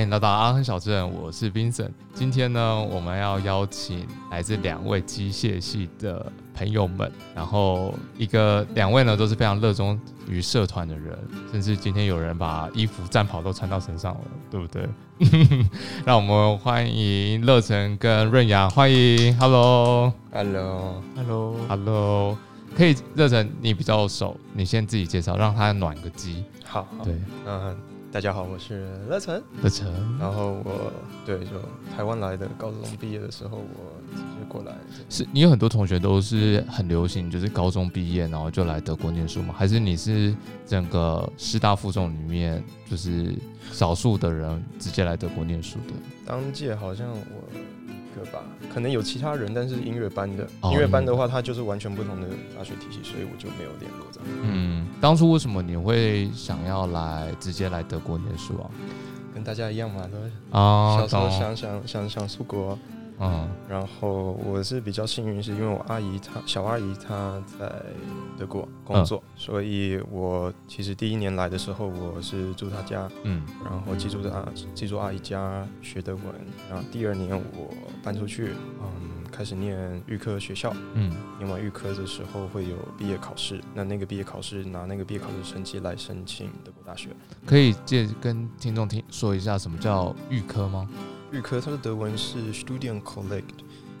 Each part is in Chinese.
迎来到阿亨小镇，我是 Vincent。今天呢，我们要邀请来自两位机械系的朋友们，然后一个两位呢都是非常热衷于社团的人，甚至今天有人把衣服战袍都穿到身上了，对不对？ 让我们欢迎乐成跟润阳，欢迎，Hello。 Hello， Hello， Hello，可以热成你比较熟，你先自己介绍，让他暖个机。好，好，对，嗯，大家好，我是乐晨。热成然后我对就台湾来的，高中毕业的时候我直接过来。是你有很多同学都是很流行，就是高中毕业然后就来德国念书吗？还是你是整个师大附中里面就是少数的人直接来德国念书的？当届好像我一个吧，可能有其他人，但是音乐班的，哦音乐班的话，它就是完全不同的大学体系，所以我就没有联络这样。嗯，当初为什么你会想要来直接来德国念书啊？跟大家一样嘛，都啊，小时候懂想想想想出国。嗯然后我是比较幸运，是因为我阿姨她小阿姨她在德国工作，所以我其实第一年来的时候，我是住她家，嗯然后寄住她寄住阿姨家学德文，然后第二年我搬出去，嗯，开始念预科学校，嗯念完预科的时候会有毕业考试，那那个毕业考试拿那个毕业考试成绩来申请德国大学。可以借跟听众听说一下什么叫预科吗？预科它的德文是 Studien Collect，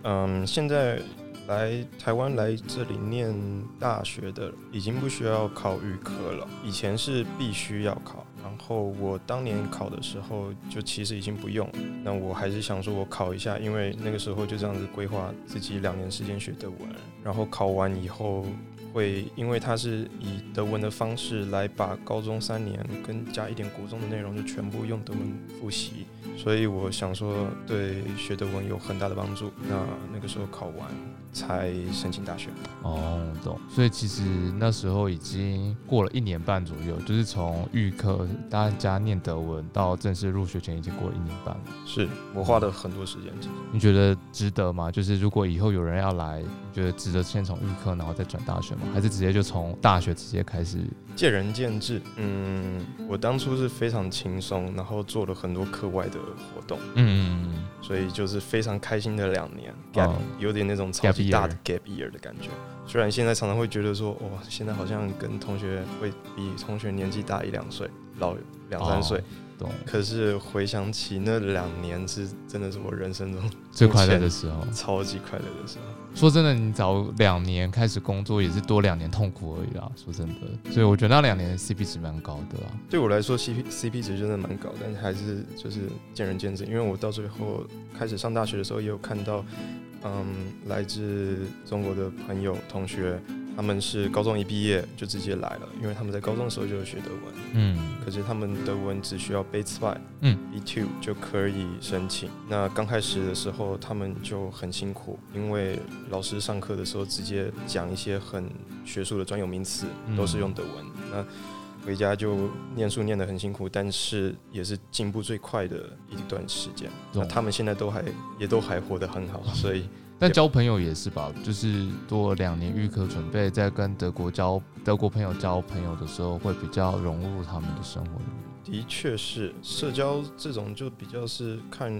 嗯，现在来台湾来这里念大学的已经不需要考预科了，以前是必须要考。然后我当年考的时候就其实已经不用了，那我还是想说我考一下，因为那个时候就这样子规划自己两年时间学德文，然后考完以后。会，因为它是以德文的方式来把高中三年跟加一点国中的内容就全部用德文复习，所以我想说，对学德文有很大的帮助。那那个时候考完才申请大学，哦，懂。所以其实那时候已经过了一年半左右，就是从预科大家念德文到正式入学前已经过了一年半了。是我花了很多时间。你觉得值得吗？就是如果以后有人要来，你觉得值得先从预科然后再转大学吗？还是直接就从大学直接开始？见仁见智，嗯，我当初是非常轻松，然后做了很多课外的活动，嗯，所以就是非常开心的两年，gap、哦有点那种超级大的 Gap gap year 的感觉。虽然现在常常会觉得说，哇，现在好像跟同学会比同学年纪大一两岁，老两三岁哦，懂。可是回想起那两年是真的是我人生中最快乐的时候，超级快乐的时候。说真的，你早两年开始工作也是多两年痛苦而已啦。说真的，所以我觉得那两年的 CP 值蛮高的啦。对我来说，CP CP 值真的蛮高，但是还是就是见仁见智。因为我到最后开始上大学的时候，也有看到，嗯，来自中国的朋友同学，他们是高中一毕业就直接来了，因为他们在高中的时候就有学德文，嗯可是他们德文只需要 b a s e 嗯 B two 就可以申请。那刚开始的时候，他们就很辛苦，因为老师上课的时候直接讲一些很学术的专有名词嗯，都是用德文。那回家就念书念得很辛苦，但是也是进步最快的一段时间。懂那他们现在都还也都还活得很好，所以但对交朋友也是吧，就是做两年预科准备，在跟德国交德国朋友交朋友的时候，会比较融入他们的生活里面。的确是社交这种就比较是看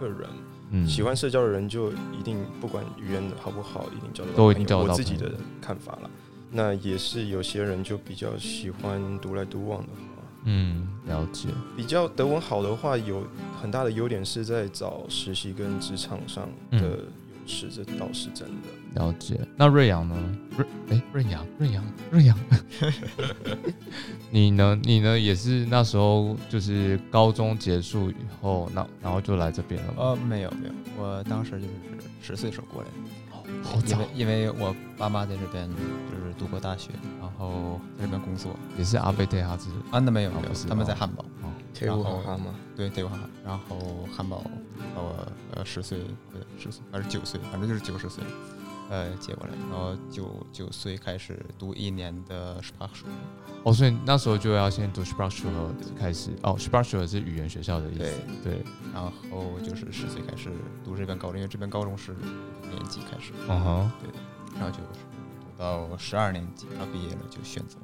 个人，嗯喜欢社交的人就一定不管语言好不好，一定交得到都一朋定交友得到我自己朋的友看法啦。那也是有些人就比较喜欢独来独往的话，嗯，了解。比较德文好的话，有很大的优点是在找实习跟职场上的嗯优势，这倒是真的。了解。那瑞阳呢？瑞哎，瑞阳，瑞阳，瑞阳， 你呢？你呢？也是那时候就是高中结束以后，那然后就来这边了吗？呃，没有没有，我当时就是十岁时候过来的，哦好因早为，因为我爸妈在这边就是读过大学，然后在这边工作。也是阿贝特哈兹。啊，那没有哦没有不是，他们在哦汉堡，哦，铁然骨后哈哈吗？对，得有汉堡。然后汉堡到我呃十岁，不对，十岁还是九岁，反正就是九十岁，呃接过来，然后九九岁开始读一年的 s p a 哦，所以那时候就要先读 Sprachschule 开始。哦，Sprachschule 是语言学校的意思。对，然后就是十岁开始读这边高中，因为这边高中是年级开始，嗯哼。然后就是读到十二年级，然后毕业了就选择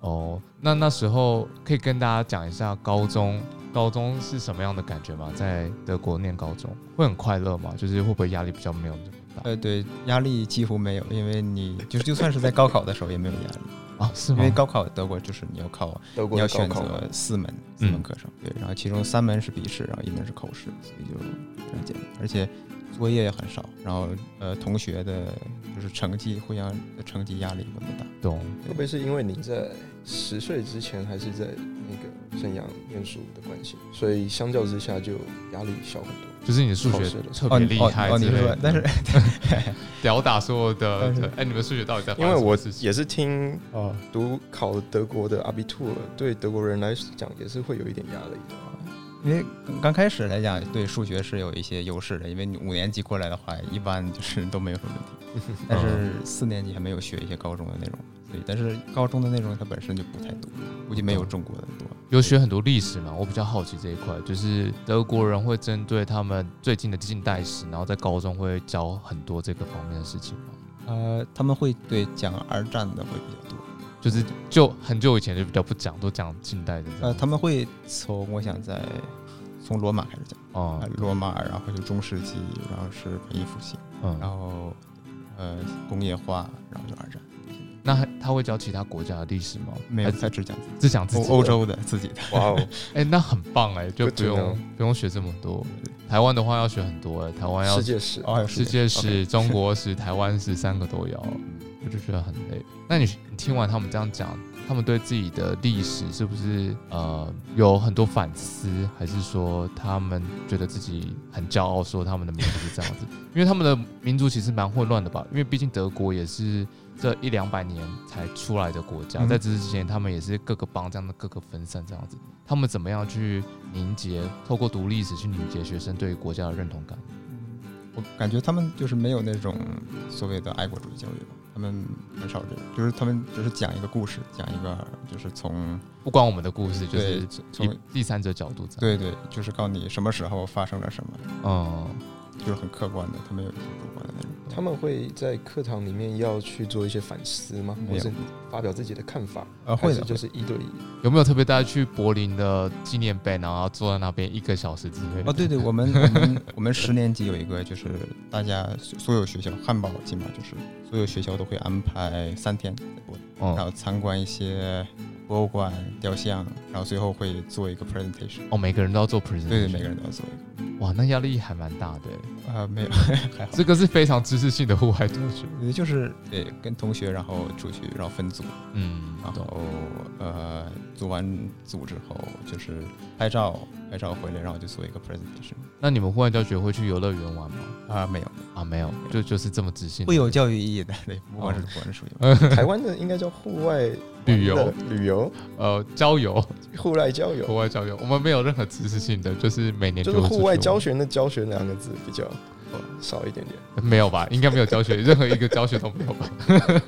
哦，那那时候可以跟大家讲一下高中高中是什么样的感觉吗？在德国念高中会很快乐吗？就是会不会压力比较没有那么大？呃，对，压力几乎没有，因为你就是就算是在高考的时候也没有压力，啊，是因吗为？高考德国就是你要考，德国你要的高选考择嘛四门四门嗯课程，对，然后其中三门是笔试，然后一门是口试，所以就非常简单，而且作业也很少，然后呃，同学的就是成绩互相的成绩压力也不那么大，懂，会不会是因为你在十岁之前还是在那个沈阳念书的关系，所以相较之下就压力小很多？就是你的数考学试的特别哦你厉哦害哦，你之是类说的，，但是吊打所有的但是，哎，你们数学到底在发因生为什么我事情？也是听哦，读考德国的 Abitur，对德国人来讲也是会有一点压力的啊。因为刚开始来讲，对数学是有一些优势的，因为你五年级过来的话，一般就是都没有什么问题。 但嗯是四年级还没有学一些高中的内容，所以但是高中的内容它本身就不太多，估计没嗯有中国的多。有学很多历史嘛，我比较好奇这一块，就是德国人会针对他们最近的近代史，然后在高中会教很多这个方面的事情吗？呃，他们会对讲二战的会比较多。就是就很久以前就比较不讲，都讲近代的这样。呃，他们会从我想在从罗马开始讲，哦呃，罗马，然后就中世纪，然后是文艺复兴，嗯，然后呃工业化，然后就二战，那还他会教其他国家的历史吗？没有，还是他只讲自己只讲自欧己的欧。洲的自己的。哇 哦，哎、那很棒哎、就 Good to 不用 know 不用学这么多。台湾的话要学很多哎、台湾要世界史哦，还有世 界史、 OK 中国史、台湾史三个都要，我就觉得很累。那你你听完他们这样讲，他们对自己的历史是不是呃有很多反思，还是说他们觉得自己很骄傲，说他们的民族是这样子？ 因为他们的民族其实蛮混乱的吧？因为毕竟德国也是这一两百年才出来的国家，嗯在这之前他们也是各个邦这样的各个分散这样子，他们怎么样去凝结，透过读历史去凝结学生对于国家的认同感？嗯我感觉他们就是没有那种所谓的爱国主义教育吧，他们很少这样，就是他们就是讲一个故事，讲一个就是从不管我们的故事，就是对从以第三者角度在，，对对，就是告诉你什么时候发生了什么，嗯，就是很客观的，他们有一些主观的那种。他们会在课堂里面要去做一些反思吗？没或有是发表自己的看法？啊呃，还会是的，就会是一对一？ 有没有特别带去柏林的纪念碑，然后坐在那边一个小时之类的的？哦，对对，我们我们 我们十年级有一个，就是大家所有学校，汉堡起码就是所有学校都会安排三天在柏林，然嗯，后参观一些博物馆、雕像，然后最后会做一个 presentation，哦，每个人都要做 presentation，对对，每个人都要做一个。哇，那压力还蛮大的耶，啊，没有， 还好。这个是非常知识性的户外教学，也就是对，跟同学然后出去，然后分组，嗯，然懂，后呃组完组之后就是拍照，拍照回来，然后就做一个 presentation 那你们户外教学会去游乐园玩吗？啊、没有，啊，没有，就就是这么直性的，会有教育意义的，对，不管是哦不管是属于台湾的应该叫户外旅游玩乐旅游、呃郊游，户外郊游户，外郊游，我们没有任何知识性的，就是每年就是会出去户外玩教学那“教学”两个字比较少一点点。 没有吧？应该没有教学，任何一个教学都没有吧？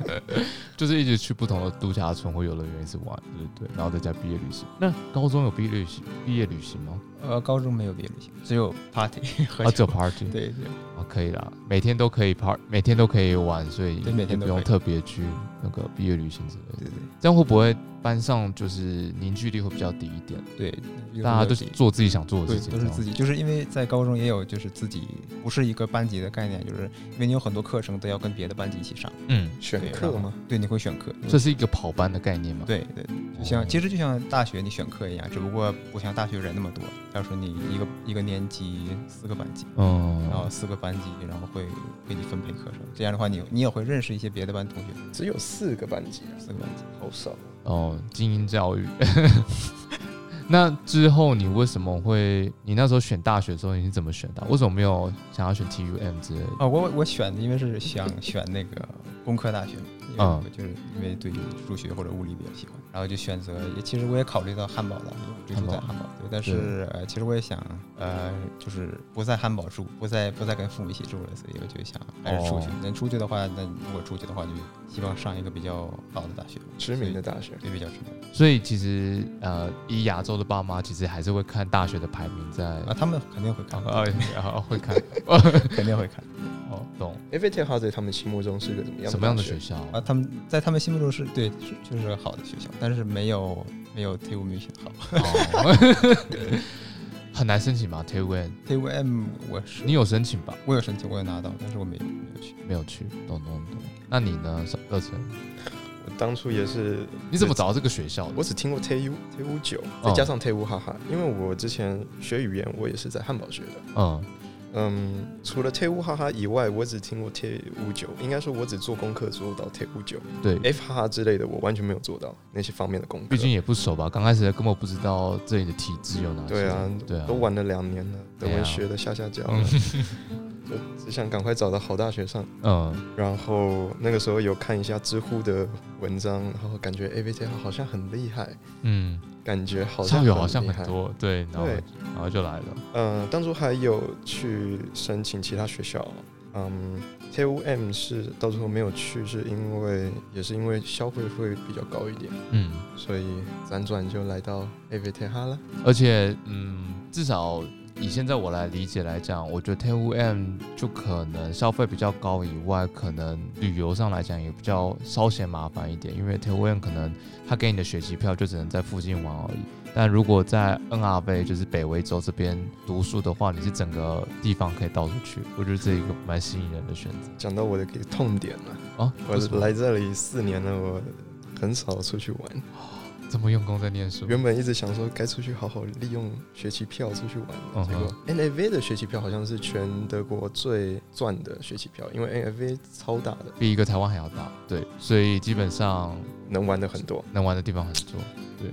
就是一直去不同的度假村或游乐园一直玩，对不对？然后再加毕业旅行。那高中有毕业旅行毕业旅行吗？呃高中没有毕业旅行，只有 party 和啊，只有 party，对对啊，可以啦，每天都可以 part，每天都可以玩，所以对每天也不都可用以特别去那个毕业旅行之类的。对这样会不会班上就是凝聚力会比较低一点？对对，有大家有都自己做自己想做的对事情，都这是样自己，就是因为在高中也有就是自己不是一个班级的概念，就是因为你有很多课程都要跟别的班级一起上，嗯，对选课？然后吗？对，你会选课，这是一个跑班的概念嘛？对对，就哦像其实就像大学你选课一样，只不过不像大学人那么多。要说你一个一个年级四个班级，然后嗯，四个班级，然后会给你分配课程。这样的话你，你也会认识一些别的班同学。啊只有四个班级啊，四个班级，好少。哦，精英教育。 那之后你为什么会？你那时候选大学的时候你是怎么选的？为什么没有想要选 TUM 之类的？啊、我我选的因为是想选那个工科大学嘛，因为嗯我就是因为对数学或者物理比较喜欢，然后就选择也其实我也考虑到汉堡的，因为我就住在汉堡，对，但是呃其实我也想呃就是不在汉堡住，不在不再跟父母一起住了，所以我就想还是出去哦。能、出去的话，那如果出去的话，就希望上一个比较好的大学，知名的大学，也比较知名所以其实呃，以亚洲的爸妈其实还是会看大学的排名在啊，他们肯定哦 会看，啊，啊会看肯定会看哦，懂哎，费特哈在他们心目中是个怎么 样什么样的大学校啊。他们在他们心目中是对，是就是好的学校，但是没有。没有 TU Mission 好。哦很难申请吧 t w n TU M 我是你有申请吧？我有申请，我有拿到，但是我没没有去。没有去，懂懂懂。那你呢，乐成？我当初也是，你怎么找到这个学校的？我只听过 TU TU 九，哦再加上 TU 哈哈，因为我之前学语言，我也是在汉堡学的。嗯，嗯，除了 TU 哈哈以外，我只听过 TU 九，应该说我只做功课做到 TU 九对， ，F 哈哈之类的，我完全没有做到那些方面的功课毕。竟也不熟吧，刚开始根本不知道这里的体制有哪些。对啊，对啊，都玩了两年了，对啊德文学的下下焦了， 就只想赶快找到好大学上。嗯，然后那个时候有看一下知乎的文章，然后感觉 A V T 好像很厉害，嗯感觉好像校友好像厉害很。多，对，然后对然后就来了，嗯、当初还有去申请其他学校，嗯，T U M 是到最后没有去，是因为也是因为消费会比较高一点，嗯，所以辗转就来到 A V T 哈了。而且嗯，至少以现在我来理解来讲，我觉得 Ten M 就可能消费比较高以外，可能旅游上来讲也比较稍显麻烦一点，因为 Ten M 可能他给你的学籍票就只能在附近玩而已。但如果在 NRV 就是北威州这边读书的话，你是整个地方可以到处去，我觉得这一个蛮吸引人的选择讲到我的一个痛点了，啊！我为什么来这里四年了，我很少出去玩。这么用功在念书，原本一直想说该出去好好利用学期票出去玩嗯哼的，结果 N A V 的学期票好像是全德国最赚的学期票，因为 N A V 超大的，比一个台湾还要大，对，所以基本上能玩的很多。能玩的地方很多，对。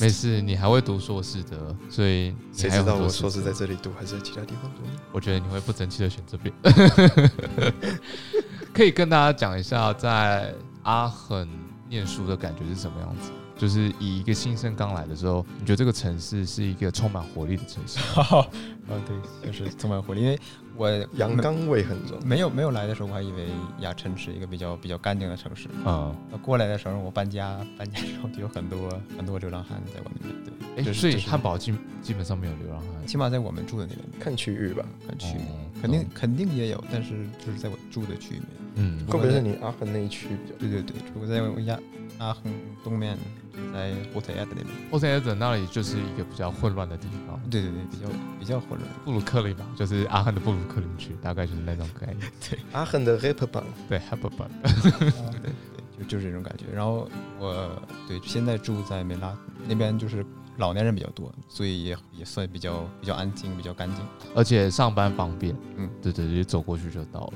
没事，你还会读硕士的，所以你谁还有知道很多我事情硕士在这里读还是在其他地方读呢？我觉得你会不争气的选这边。可以跟大家讲一下，在阿恒念书的感觉是什么样子？就是以一个新生刚来的时候，你觉得这个城市是一个充满活力的城市？啊，对，就是充满活力，因为我阳刚味很重，没有没有来的时候，我还以为亚琛是一个比较比较干净的城市。嗯，那过来的时候，我搬家搬家之后就有很多很多流浪汉在我那边，对，哎、就是所以就是汉堡基基本上没有流浪汉。起码在我们住的那边看区域吧。看区域，哦肯定懂肯定也有，但是就是在我住的区域没有。嗯会不会是你阿恒那一区比较？对对对，只不过在我家阿恒东面，在后台亚的那边。欧塞尔等那里就是一个比较混乱的地方，对对对，比较比较混乱。布鲁克林吧，就是阿恒的布鲁克林区，大概就是那种概念。阿恒的 rap 榜对 h a p p e r 对，就就是这种感觉。然后我对现在住在梅拉那边，就是老年人比较多，所以也也算比较比较安静，比较干净。而且上班方便。嗯嗯，对对对，走过去就到了。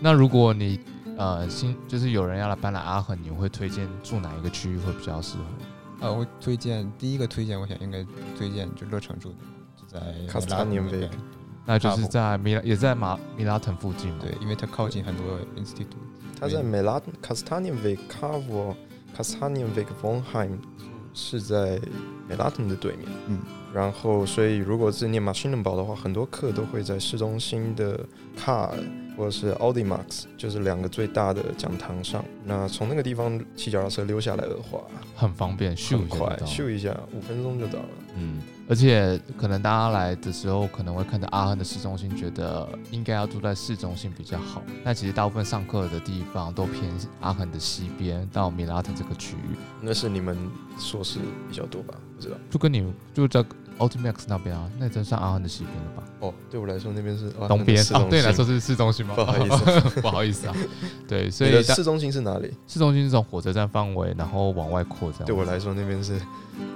那如果你呃新就是有人要来搬来阿恒，你会推荐住哪一个区域会比较适合？啊，我推荐第一个推荐，我想应该推荐就乐城住的，就在卡斯梅拉塔尼那边维。那就是在米拉也在马米拉腾附近嘛。对，，因为它靠近很多 institute。他在美拉 Kastanienweg Cavo Kastanienweg Vonheim 是在美拉顿的对面。嗯，然后所以如果是念马逊顿堡的话，很多课都会在市中心的 Car 或者是 Audimax，就是两个最大的讲堂上。那从那个地方骑脚踏车溜下来的话，很方便，咻很一下就快，到。咻一下，五分钟就到了。嗯，而且可能大家来的时候可能会看着阿亨的市中心，觉得应该要住在市中心比较好。但其实大部分上课的地方都偏阿亨的西边到米拉腾这个区域，那是你们硕士比较多吧？不知道。就跟你就在 Ultimax 那边啊，那真算阿亨的西边了吧？哦，对我来说那边是啊东边那啊，个市中心对你来说是市中心吗？不好意，思， 不好意思啊。 对，所你以的大市中心是哪里？市中心是从火车站范围，然后往外扩张。对我来说，那边是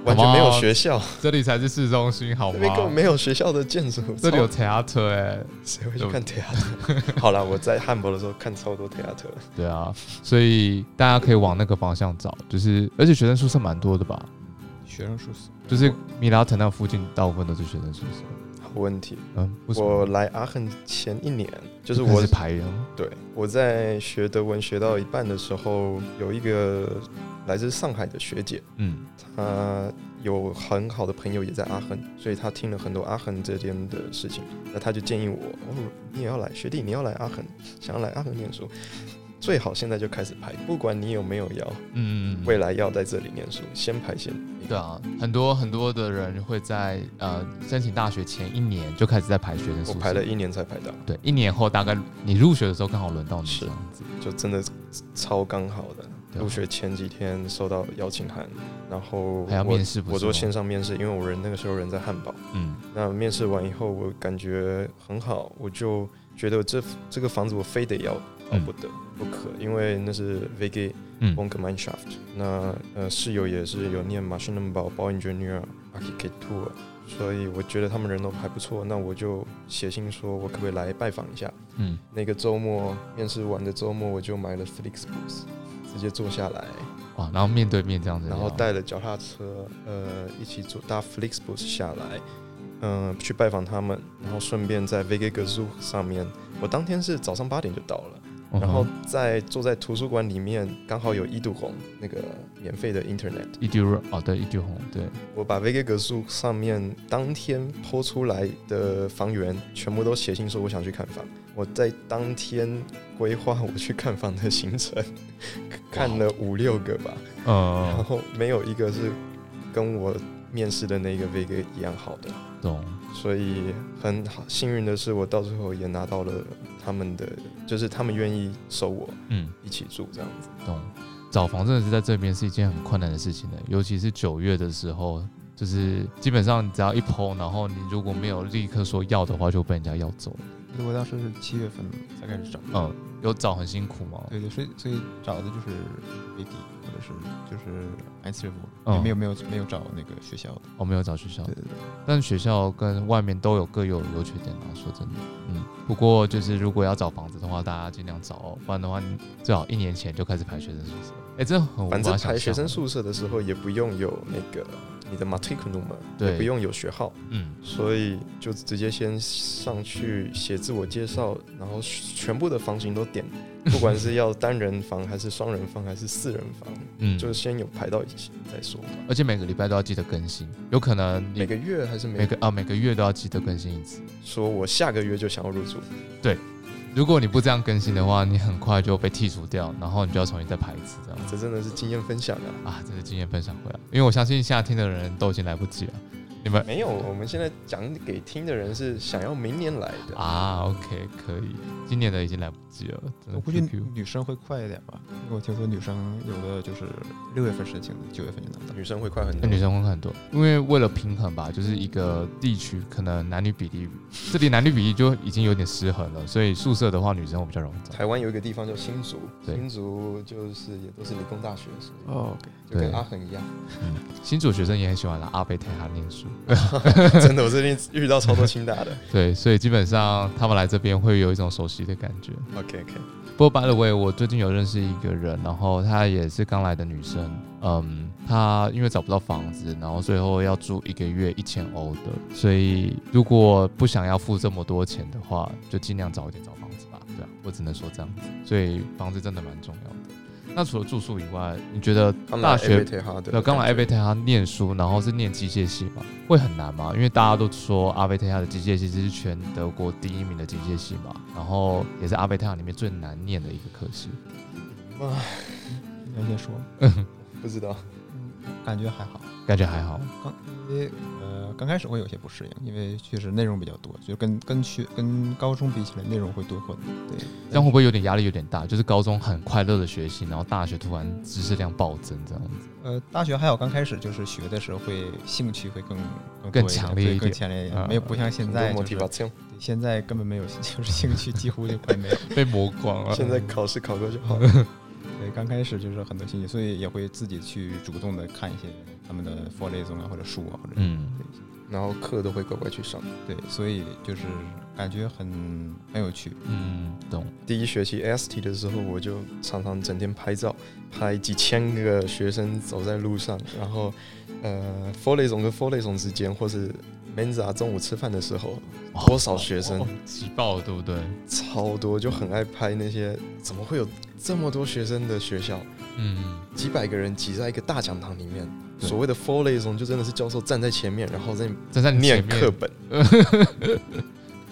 完全没有哦学校，这里才是市中心，好那吗边？根本没有学校的建筑。哦这里有超 theater 哎、谁会去看 theater？好 啦，我在汉堡的时候看超多 theater。对啊，所以大家可以往那个方向找，就是而且学生宿舍蛮多的吧，学生宿舍就是米拉腾那附近大部分都是学生宿舍。好问题，嗯，为什么？我来阿亨前一年，就是开我始排人吗，对我在学德文学到一半的时候，有一个来自上海的学姐，嗯哦她有很好的朋友也在阿亨，所以她听了很多阿亨这边的事情，那她就建议我，哦，你也要来，学弟你要来阿亨，想要来阿亨念书。最好现在就开始排，不管你有没有要，嗯，未来要在这里念书，先排先。对啊，很多很多的人会在呃申请大学前一年就开始在排学生宿我舍，排了一年才排到，对，一年后大概你入学的时候刚好轮到你是这样子，就真的超刚好的。对啊入学前几天收到邀请函，然后还要我面试不是我做吗线上面试，因为我人那个时候人在汉堡。嗯那面试完以后，我感觉很好，我就觉得这这个房子我非得要要嗯不得、不可，因为那是 VG 嗯 b o n k m a n s h a f t 那呃室友也是有念 machine 堡 b a u engineer architecture，所以我觉得他们人都还不错，那我就写信说我可不可以来拜访一下。嗯，那个周末面试完的周末，我就买了 Flixbus，直接坐下来，哇，然后面对面这样子聊，然后带了脚踏车，呃，一起坐搭 Flixbus 下来，嗯、去拜访他们，然后顺便在 v e g a g a z o o 上面，我当天是早上八点就到了，嗯哼，然后在坐在图书馆里面，刚好有一度红那个免费的 Internet，一丢肉哦，对，一丢红，对，我把 v e g a g a z o o 上面当天剖出来的房源全部都写信说我想去看房，我在当天规划我去看房的行程，看了五六个吧。然呃，后没有一个是跟我面试的那个 VG 一样好的，嗯懂，所以很好幸运的是，我到最后也拿到了他们的，就是他们愿意收我嗯，一起住这样子。懂。找房真的是在这边是一件很困难的事情的，尤其是九月的时候，就是基本上你只要一抛，然后你如果没有立刻说要的话，就被人家要走了。我当时是七月份才开始找，嗯，有找很辛苦吗？对对，所以所以找的就是 v i k 或者是就是 i c e r v 嗯 e 没有没有没有找那个学校的，哦我、没有找学校对，对对，但学校跟外面都有各有优缺点啊。说真的，嗯，不过就是如果要找房子的话，大家尽量找哦，不然的话，你最好一年前就开始排学生宿舍。哎、这很无法反想正象。排学生，宿舍的时候也不用有那个你的 matric number，对也不用有学号，嗯，所以就直接先上去写自我介绍，然后全部的房型 都点，不管是要单人房还是双人房还是四人房，嗯，就先有排到一起再说吧。而且每个礼拜都要记得更新，有可能你每个月还是每每个啊每个月都要记得更新一次。说我下个月就想要入住，如果你不这样更新的话，你很快就被剔除掉，然后你就要重新再排一次这样子这真的是经验分享啊！啊。这是经验分享会啊，因为我相信夏天的人都已经来不及了。你们没有，我们现在讲给听的人是想要明年来的，啊，OK，可以，今年的已经来不及了。真的我估计 QQ 女生会快一点吧，因为我听说女生有的就是六月份申请的，九月份就拿到。女生会快很那多。女生会很多，因为为了平衡吧，就是一个地区可能男女比例，这里男女比例就已经有点失衡了，所以宿舍的话，女生会比较容易找。台湾有一个地方叫新竹，对新竹就是也都是理工大学，所以哦，OK，就跟对阿恒 一样。新竹学生也很喜欢来阿贝泰哈念书，真的，我最近遇到超多清大的。对，所以基本上他们来这边会有一种熟悉的感觉。 OK OK，不过 by the way，我最近有认识一个人，然后她也是刚来的女生，嗯，她因为找不到房子，然后最后要住一个月一千欧的，所以如果不想要付这么多钱的话，就尽量早一点找房子吧，对啊，我只能说这样子，所以房子真的蛮重要的。那除了住宿以外，你觉得他们大学哈的，那刚来艾贝特他念书，然后是念机械系嘛，会很难吗？因为大家都说阿贝特他的机械系是全德国第一名的机械系嘛，然后也是阿贝特他里面最难念的一个科系。啊，你要先说，不知道，嗯，感觉还好。感觉还好，刚因为呃刚开始会有些不适应，因为确实内容比较多，就跟跟学跟高中比起来内容会多很多。对，这样会不会有点压力有点大？就是高中很快乐的学习，然后大学突然知识量暴增这样子。呃，大学还好，刚开始就是学的时候会兴趣会更更更多一点强烈对一更点强烈一啊点，没有不像现在很就多是 motivation 对现在根本没有，就是兴趣几乎就 快没有。被磨光了。现在考试考过就好了。对，刚开始就是很多兴趣，所以也会自己去主动的看一些他们的 f o r l e s o n 啊，或者书啊，或者嗯然后课都会乖乖去上。对，所以就是感觉很很有趣。嗯，懂。第一学期 ST 的时候，我就常常整天拍照，拍几千个学生走在路上，然后呃 f o l e 总跟 f o l e 总之间，或是 Menza 中午吃饭的时候，多少学生哦挤爆了，对不对？超多，就很爱拍那些怎么会有这么多学生的学校，嗯，几百个人挤在一个大讲堂里面。对所谓的 f o l e 总就真的是教授站在前面，然后在站在你前念面课本，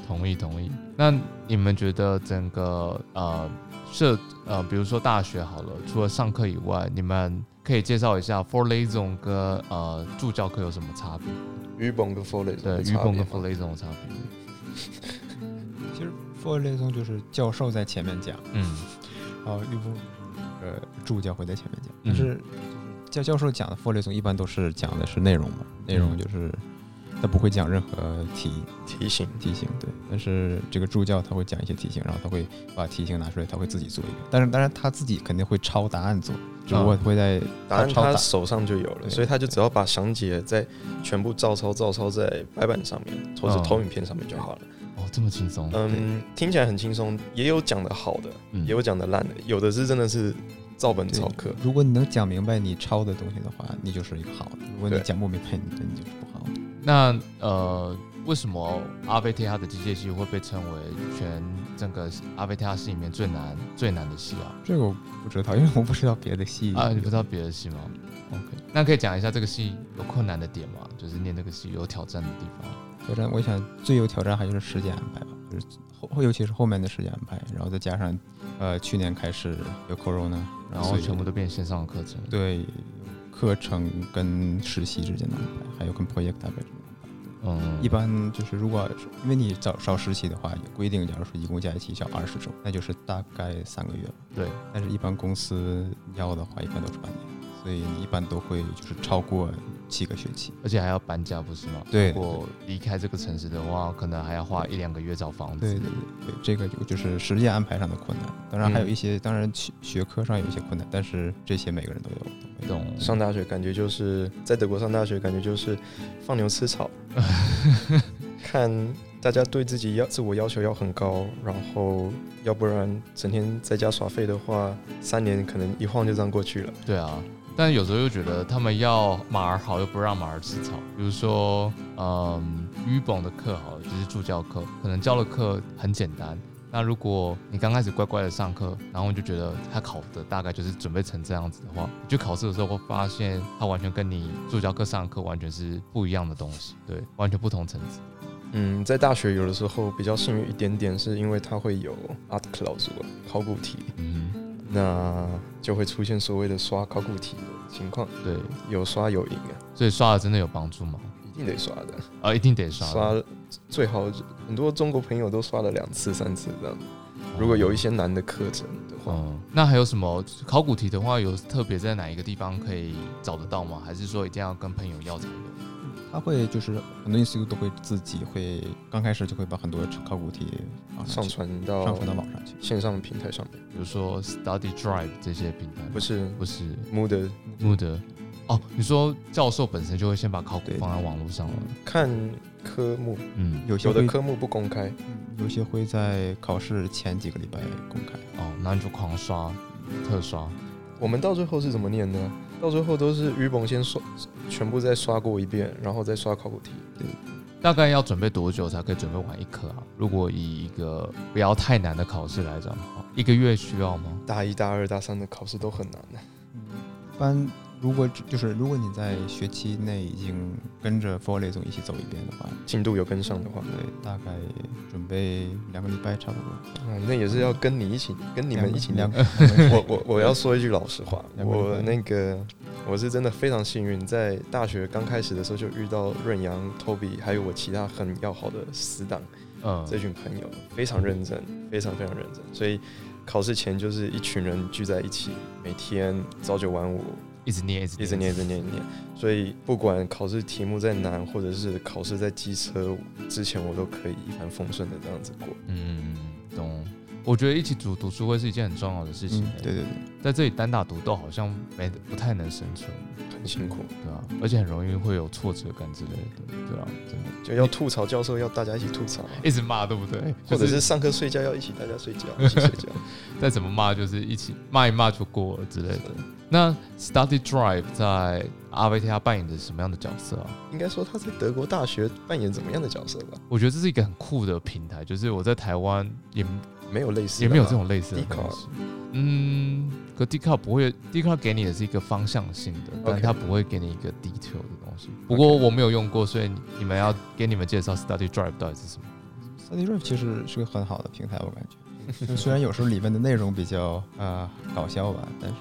同意同意。那你们觉得整个呃社呃，比如说大学好了，除了上课以外，你们可以介绍一下 f o r l a z o n 跟呃助教课有什么差别？鱼蹦跟 f o l e 对，语蹦跟 f o r l a z o n 的差别。其实 for l e s o n 就是教授在前面讲，嗯然后预部呃助教会在前面讲，嗯但是就是教教授讲的 for l e s o n 一般都是讲的是内容嘛，内嗯容就是他不会讲任何题提醒，题型，对，但是这个助教他会讲一些题型，然后他会把题型拿出来，他会自己做一遍，但是当然他自己肯定会抄答案做，只不过会在啊答案抄他答手上就有了，对所以他就对只要把详解再全部照抄照抄在白板上面或者投影片上面就好了。哦，这么轻松。嗯，听起来很轻松，也有讲的好的，嗯也有讲的烂的，有的是真的是照本抄课。如果你能讲明白你抄的东西的话，你就是一个好的；如果你对讲不明白，你 你就是不好的。那呃，为什么阿贝特他的机械系会被称为全整个阿贝特他系里面最难最难的系啊？这个我不知道，因为我不知道别的系啊，你不知道别的系吗？OK，那可以讲一下这个系有困难的点吗？就是念这个系有挑战的地方。挑战，我想最有挑战还就是时间安排吧，就是后尤其是后面的时间安排，然后再加上呃去年开始有 corona，然后所以全部都变线上课程。对课程跟实习之间的安排，还有跟 project 安排之间的安排。嗯，一般就是如果是因为你早少实习的话，有规定，假如说一共加一起要二十周，那就是大概三个月吧。对，但是一般公司要的话，一般都是半年，所以你一般都会就是超过七个学期。而且还要搬家，不是吗？对如果离开这个城市的话，可能还要花一两个月找房对子。对对，对这个就就是时间安排上的困难，当然还有嗯一些，当然学学科上有一些困难，但是这些每个人都有。都会有懂。上大学感觉就是在德国上大学感觉就是放牛吃草，看大家对自己要自我要求要很高，然后要不然整天在家耍废的话，三年可能一晃就这样过去了。对啊，但有时候又觉得他们要马儿好，又不让马儿吃草。比如说，嗯，语本的课好了，就是助教课，可能教的课很简单。那如果你刚开始乖乖的上课，然后你就觉得他考的大概就是准备成这样子的话，你去考试的时候会发现他完全跟你助教课上课完全是不一样的东西，对，完全不同层次。嗯，在大学有的时候比较幸运一点点，是因为它会有 art clause 考古题，嗯，那就会出现所谓的刷考古题的情况，对，有刷有赢啊，所以刷了真的有帮助吗？一定得刷的，啊，一定得刷。刷最好很多中国朋友都刷了两次三次这样。如果有一些难的课程的哦话，嗯，那还有什么考古题的话，有特别在哪一个地方可以找得到吗？还是说一定要跟朋友要才有？他会就是很多 institute 都会自己会刚开始就会把很多考古题放上上去传到上传到网上去。线上平台上面，比如说 Study Drive 这些平台吗？不是嗯不是 Moodle，穆德哦，你说教授本身就会先把考古对放在网络上了，看科目，嗯，有些有的会科目不公开，嗯有些会在考试前几个礼拜公开。哦，那你就狂刷特刷，我们到最后是怎么念的？到最后都是于鹏先刷，全部再刷过一遍，然后再刷考古题。大概要准备多久才可以准备完一科啊？如果以一个不要太难的考试来讲的话，一个月需要吗？大一、大二、大三的考试都很难的。一般如果只就是如果你在学期内已经跟着 f o r l e 总一起走一遍的话，进度有跟上的话，对，大概准备两个礼拜差不多。啊，那也是要跟你一起，跟你两们个一起两念。个，两个我 我我要说一句老实话，两个礼拜我那个我是真的非常幸运，在大学刚开始的时候就遇到润阳、Toby，还有我其他很要好的死党，嗯，啊这群朋友非常认真，非常非常认真，所以考试前就是一群人聚在一起，每天朝九晚五，一直念，一直一直念，一直念，一直念。所以不管考试题目再难，或者是考试在机车之前，我都可以一帆风顺的这样子过。嗯，懂。我觉得一起组读书会是一件很重要的事情、欸嗯，对对对，在这里单打独斗好像没不太能生存，很辛苦，对吧、而且很容易会有挫折感之类的，对吧、真的，就要吐槽教授，要大家一起吐槽啊、一直骂，对不对？或者就是上课睡觉要一起大家睡 觉，一起睡觉。再怎么骂，就是一起骂一骂就过了之类的。那 Study Drive 在阿维 t 亚扮演着什么样的角色啊？ 应该说他在德国大学扮演怎么样的角色吧？我觉得这是一个很酷的平台，就是我在台湾也没有类似也的吧，没有这种类似的 Dcard 东西。嗯，可 d c a r 不会 d c a r 给你的是一个方向性的，但 OK 它不会给你一个 detail 的东西。不过我没有用过，所以你你们要给你们介绍 Study Drive 到底是什么？ ，study 其实是个很好的平台，我感觉。就虽然有时候里面的内容比较啊搞笑吧，但是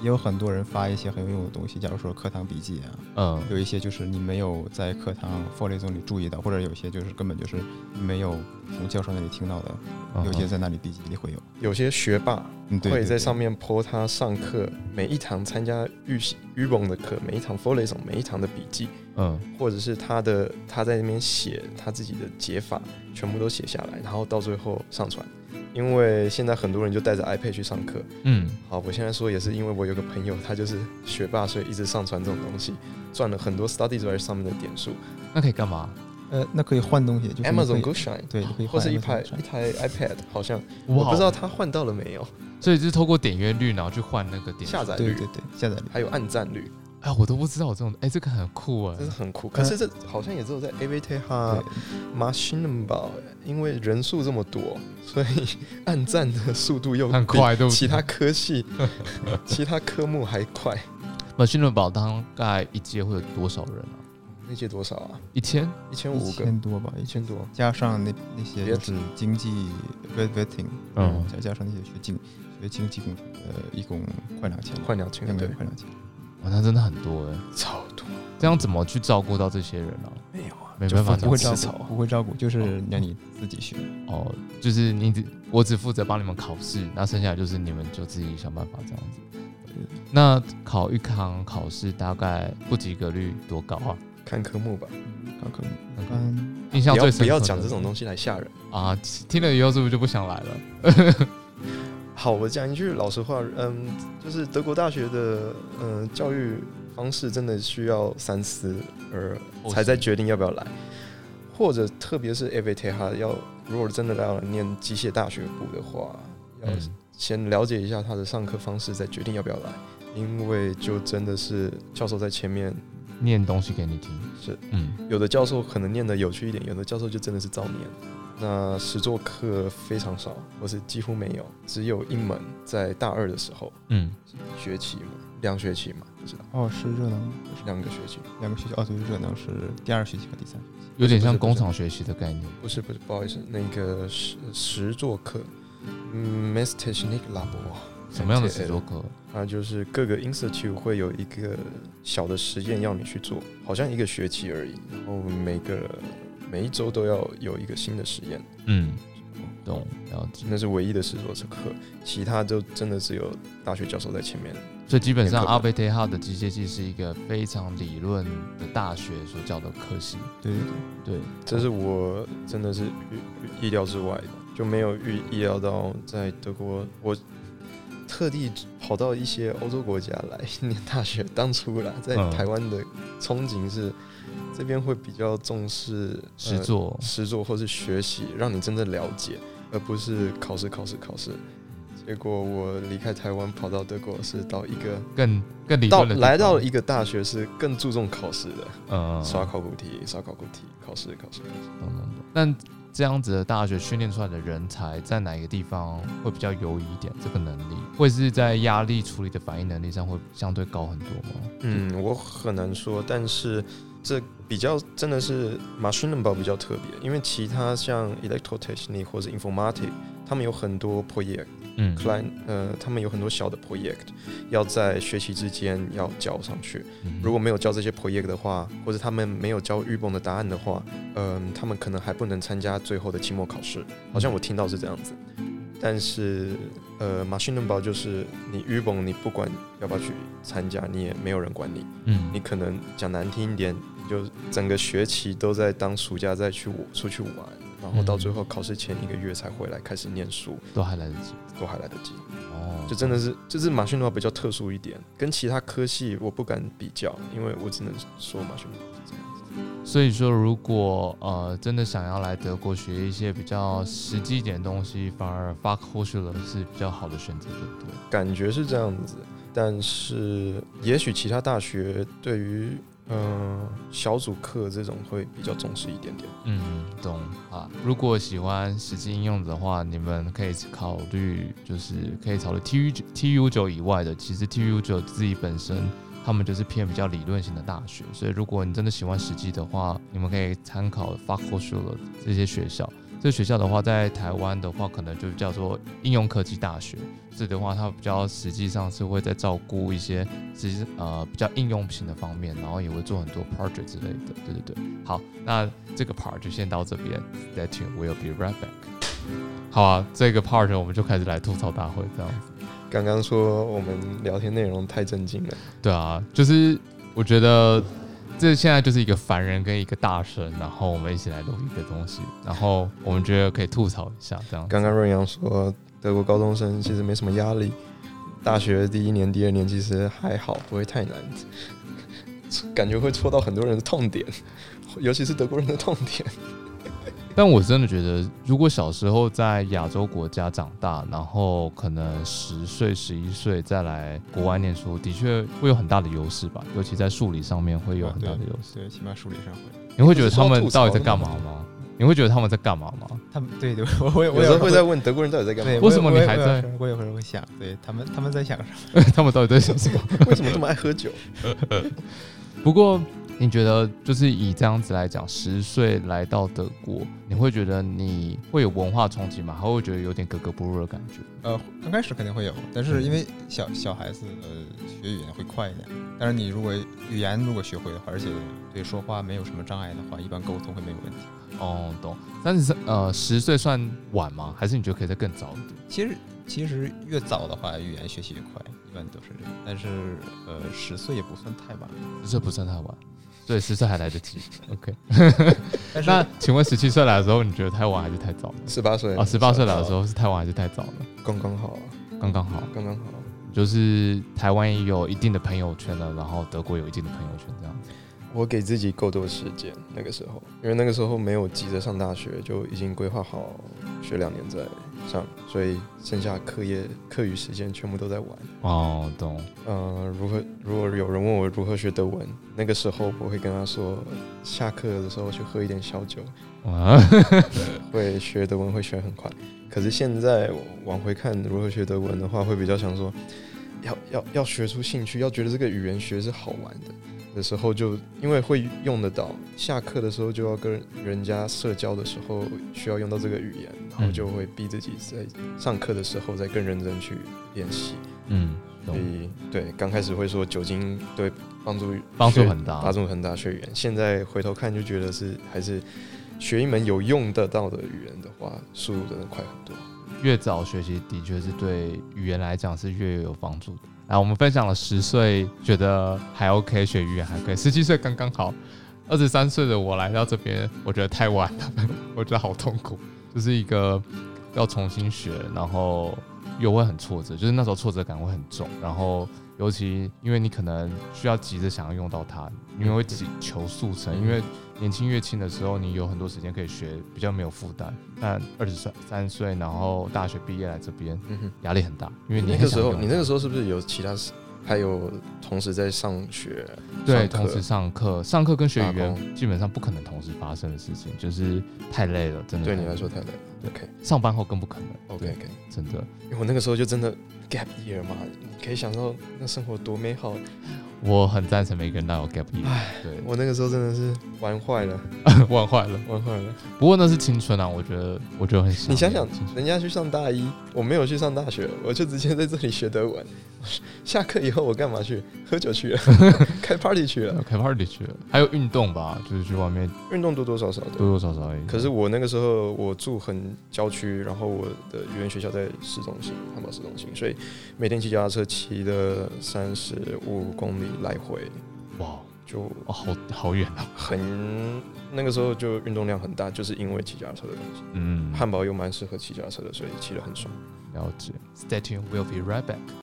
也有很多人发一些很有用的东西，假如说课堂笔记啊，嗯有一些就是你没有在课堂 f o r 中里注意到，或者有些就是根本就是没有从教授那里听到的，嗯有些在那里笔记里会有。有些学霸嗯，对，会对在上对面 po 他上课每一堂参加预习预蒙的课，每一堂 f o l i s o n 每一堂的笔记，嗯或者是他的他在那边写他自己的解法，全部都写下来，然后到最后上传。因为现在很多人就带着 iPad 去上课。嗯好，我现在说也是因为我有个朋友，他就是学霸，所以一直上传这种东西，赚了很多 Study Drive 上面的点数。那可以干嘛？呃，那可以换东西，就是你可 Amazon 以 Go Shine，对，你可以或换是一 Amazon 台上一台 iPad，好像哇我不知道他换到了没有，所以就是透过点阅率，然后去换那个点数下载对率对对，下载率。还有按赞率，哎，我都不知道有这种，哎，这个很酷哎真，是很酷。可是这好像也只有在 a v t 哈 Machine 吧，因为人数这么多，所以按赞的速度又很比快，对不对？其他 科系、其他科目还快。 machine 宝大概一届会有多少人啊？那届多少啊？一千？一千一五个，千多吧，一一千千多。加上那那些别就是经济 vet vetting，嗯再加上那些学经学经济工程，呃，一共快两千了，快两千应该对，快两千。哇，那真的很多哎，超多，这样怎么去照顾到这些人啊？没有啊，没就办法分照不顾会吃照草顾，不会照顾，就是让你自己学。哦，就是你只我只负责帮你们考试，那剩下就是你们就自己想办法这样子。那考预康考试大概不及格率多高啊？看科目吧，嗯，高科嗯目，嗯，印象最不要深刻不的要讲这种东西来吓人。啊！听了以后是不是就不想来了？好，我讲一句老实话，嗯，就是德国大学的嗯教育方式真的需要三思而才在决定要不要来，或者特别是 a v t 哈要如果真的要念机械大学部的话，要嗯，先了解一下他的上课方式，再决定要不要来，因为就真的是教授在前面，念东西给你听是嗯有的教授可能念的有趣一点，有的教授就真的是照念。那实作课非常少，或是几乎没有，只有一门在大二的时候，嗯学期嘛，两学期嘛，不知道哦，是热能，就是两个学期，两个学期，哦，对，热能是第二学期和第三学期。有点像不是工厂学习的概念。不是不是，不好意思，那个实实作课，嗯 m e s t e c h n i k Labor，什么样的实作？课？它就是各个 institute 会有一个小的实验要你去做，好像一个学期而已，然后每个每一周都要有一个新的实验，嗯，懂了解。那是唯一的实作课，其他就真的只有大学教授在前面。所以基本上没课本阿贝特号的机械系是一个非常理论的大学所教的科系。对对对，对，这是我真的是预预意料之外的，就没有预意料到在德国，我特地跑到一些欧洲国家来念大学。当初啦，在嗯台湾的 憧憬是，这边会比较重视实、作呃、。实作或是学习，让你真的了解，而不是考试、考试、考试。结果我离开台湾跑到德国，是到一个更更理到论的地方，来到一个大学是更注重考试的，嗯刷考古题、刷考古题、考试、考试。懂懂懂。但这样子的大学训练出来的人才，在哪一个地方会比较优异一点？这个能力会是在压力处理的反应能力上会相对高很多吗？嗯，我很难说，但是这比较真的是 machine b a 比较特别，因为其他像 electrotechnic 或者 informatic，他们有很多 project 嗯 client，呃，他们有很多小的 project 要在学期之间要交上去。嗯如果没有交这些 project 的话，或者他们没有交预蹦的答案的话，嗯、他们可能还不能参加最后的期末考试。好像我听到是这样子。但是，呃，machine b a 就是你预蹦，你不管要不要去参加，你也没有人管你。嗯你可能讲难听一点，你就整个学期都在当暑假再去我出去玩，然后到最后考试前一个月才回来开始念书，都还来得及都还来得及。哦，就真的是，就是马逊的话比较特殊一点，跟其他科系我不敢比较，因为我只能说马逊是这样子。所以说，如果呃真的想要来德国学一些比较实际一点的东西，反而 f a c h o s c h u l e 是比较好的选择，对不对？感觉是这样子，但是也许其他大学对于嗯、呃小组课这种会比较重视一点点。嗯，懂啊。如果喜欢实际应用的话，你们可以考虑，就是可以考虑 TU 九 TU 九以外的。其实 TU 九自己本身，他们就是偏比较理论型的大学，所以如果你真的喜欢实际的话，你们可以参考 f a c h o s c h u l e 这些学校。这学校的话，在台湾的话，可能就叫做应用科技大学。这的话，它比较实际上是会在照顾一些实际呃比较应用型的方面，然后也会做很多 project 之类的。对对对，好，那这个 part 就先到这边，Stay tuned, we'll be right back。好啊，这个 part 我们就开始来吐槽大会这样子。刚刚说我们聊天内容太震惊了，对啊，就是我觉得这现在就是一个凡人跟一个大神，然后我们一起来录一个东西，然后我们觉得可以吐槽一下这样子。刚刚润阳说德国高中生其实没什么压力，大学第一年、第二年其实还好，不会太难，感觉会戳到很多人的痛点，尤其是德国人的痛 点。但我真的觉得，如果小时候在亚洲国家长大，然后可能十岁、十一岁再来国外念书，的确会有很大的优势吧，尤其在数理上面会有很大的优势。对，起码数理上会。你会觉得他们到底在干嘛吗？你会觉得他们在干嘛吗？ 他们对 对，我我有时候会在问德国人到底在干对，嘛，为什么你还在我有？我有时候会想，对他们他们在想什么？他们到底在想什么？为什么这么爱喝酒？不过，你觉得就是以这样子来讲，十岁来到德国，你会觉得你会有文化冲击吗？还会觉得有点格格不入的感觉？呃，刚开始肯定会有，但嗯是因为小小孩子呃学语言会快一点，但是你如果语言如果学会的话，而且对说话没有什么障碍的话，一般沟通会没有问题。哦，懂。但是呃，十岁算晚吗？还是你觉得可以再更早一点？其实其实越早的话，语言学习越快，一般都是这样。但是呃，十岁也不算太晚。十岁不算太晚，对，十岁还来得 及。OK，但是那请问十七岁来的时候，你觉得太晚还是太早呢？十八岁啊，十八岁来的时候是太晚还是太早呢？刚刚好啊，刚刚好，刚刚好。就是台湾也有一定的朋友圈了，然后德国有一定的朋友圈这样子。我给自己够多时间，那个时候，因为那个时候没有急着上大学，就已经规划好学两年再上，所以剩下课业、课余时间全部都在玩。哦，懂。呃，如何？如果有人问我如何学德文，那个时候我会跟他说，下课的时候去喝一点小酒，啊，会学德文会学很快。可是现在我往回看如何学德文的话，会比较想说，要要要学出兴趣，要觉得这个语言学是好玩的。的时候就因为会用得到，下课的时候就要跟人家社交的时候需要用到这个语言，然后嗯就会逼自己在上课的时候再更认真去练习。嗯，所懂，以对，刚开始会说酒精对帮助帮助学很大帮助很大学语言。现在回头看就觉得是还是学一门有用得到的语言的话，速度真的快很多。越早学习的确是对语言来讲是越有帮助的。来，我们分享了十岁觉得还 OK 学语言还可以，十七岁刚刚好，二十三岁的我来到这边，我觉得太晚了，我觉得好痛苦，就是一个要重新学，然后又会很挫折，就是那时候挫折感会很重，然后尤其因为你可能需要急着想要用到它，因为会急求速成，因为年轻越轻的时候，你有很多时间可以学，比较没有负担。但二十三三岁，然后大学毕业来这边，嗯哼，压力很大，因为你那个时候很想用你那个时候是不是有其他事还有同时在上学？对上同课时上课，上课跟学语打言基本上不可能同时发生的事情，就是太累了，真的对太你来累说了太累。OK 上班后更不可能， OK OK，真的。因为我那个时候就真的 gap year 嘛，你可以想到那生活多美好。我很赞成每个人都有 gap year，对，我那个时候真的是玩坏了，玩坏了。玩坏了。不过那是青春啊，我觉得，我觉得很想你想念想青，春人家去上大一，我没有去上大学，我就直接在这里学德文。 下课以后我干嘛去？喝酒去了， 开 party 去了，开 party 去了，还有运动吧，就是去外面运动多多少少的。多多少少而已。可是我那个时候我住很郊区，然后我的语言学校在市中心，汉堡市中心，所以每天骑脚踏车骑的三十五公里来回，哇，就哦，好好远啊。很那个时候就运动量很大，就是因为骑脚踏车的关系。嗯，汉堡又蛮适合骑脚踏车的，所以骑得很爽。了解。Stay tuned, we'll be right back.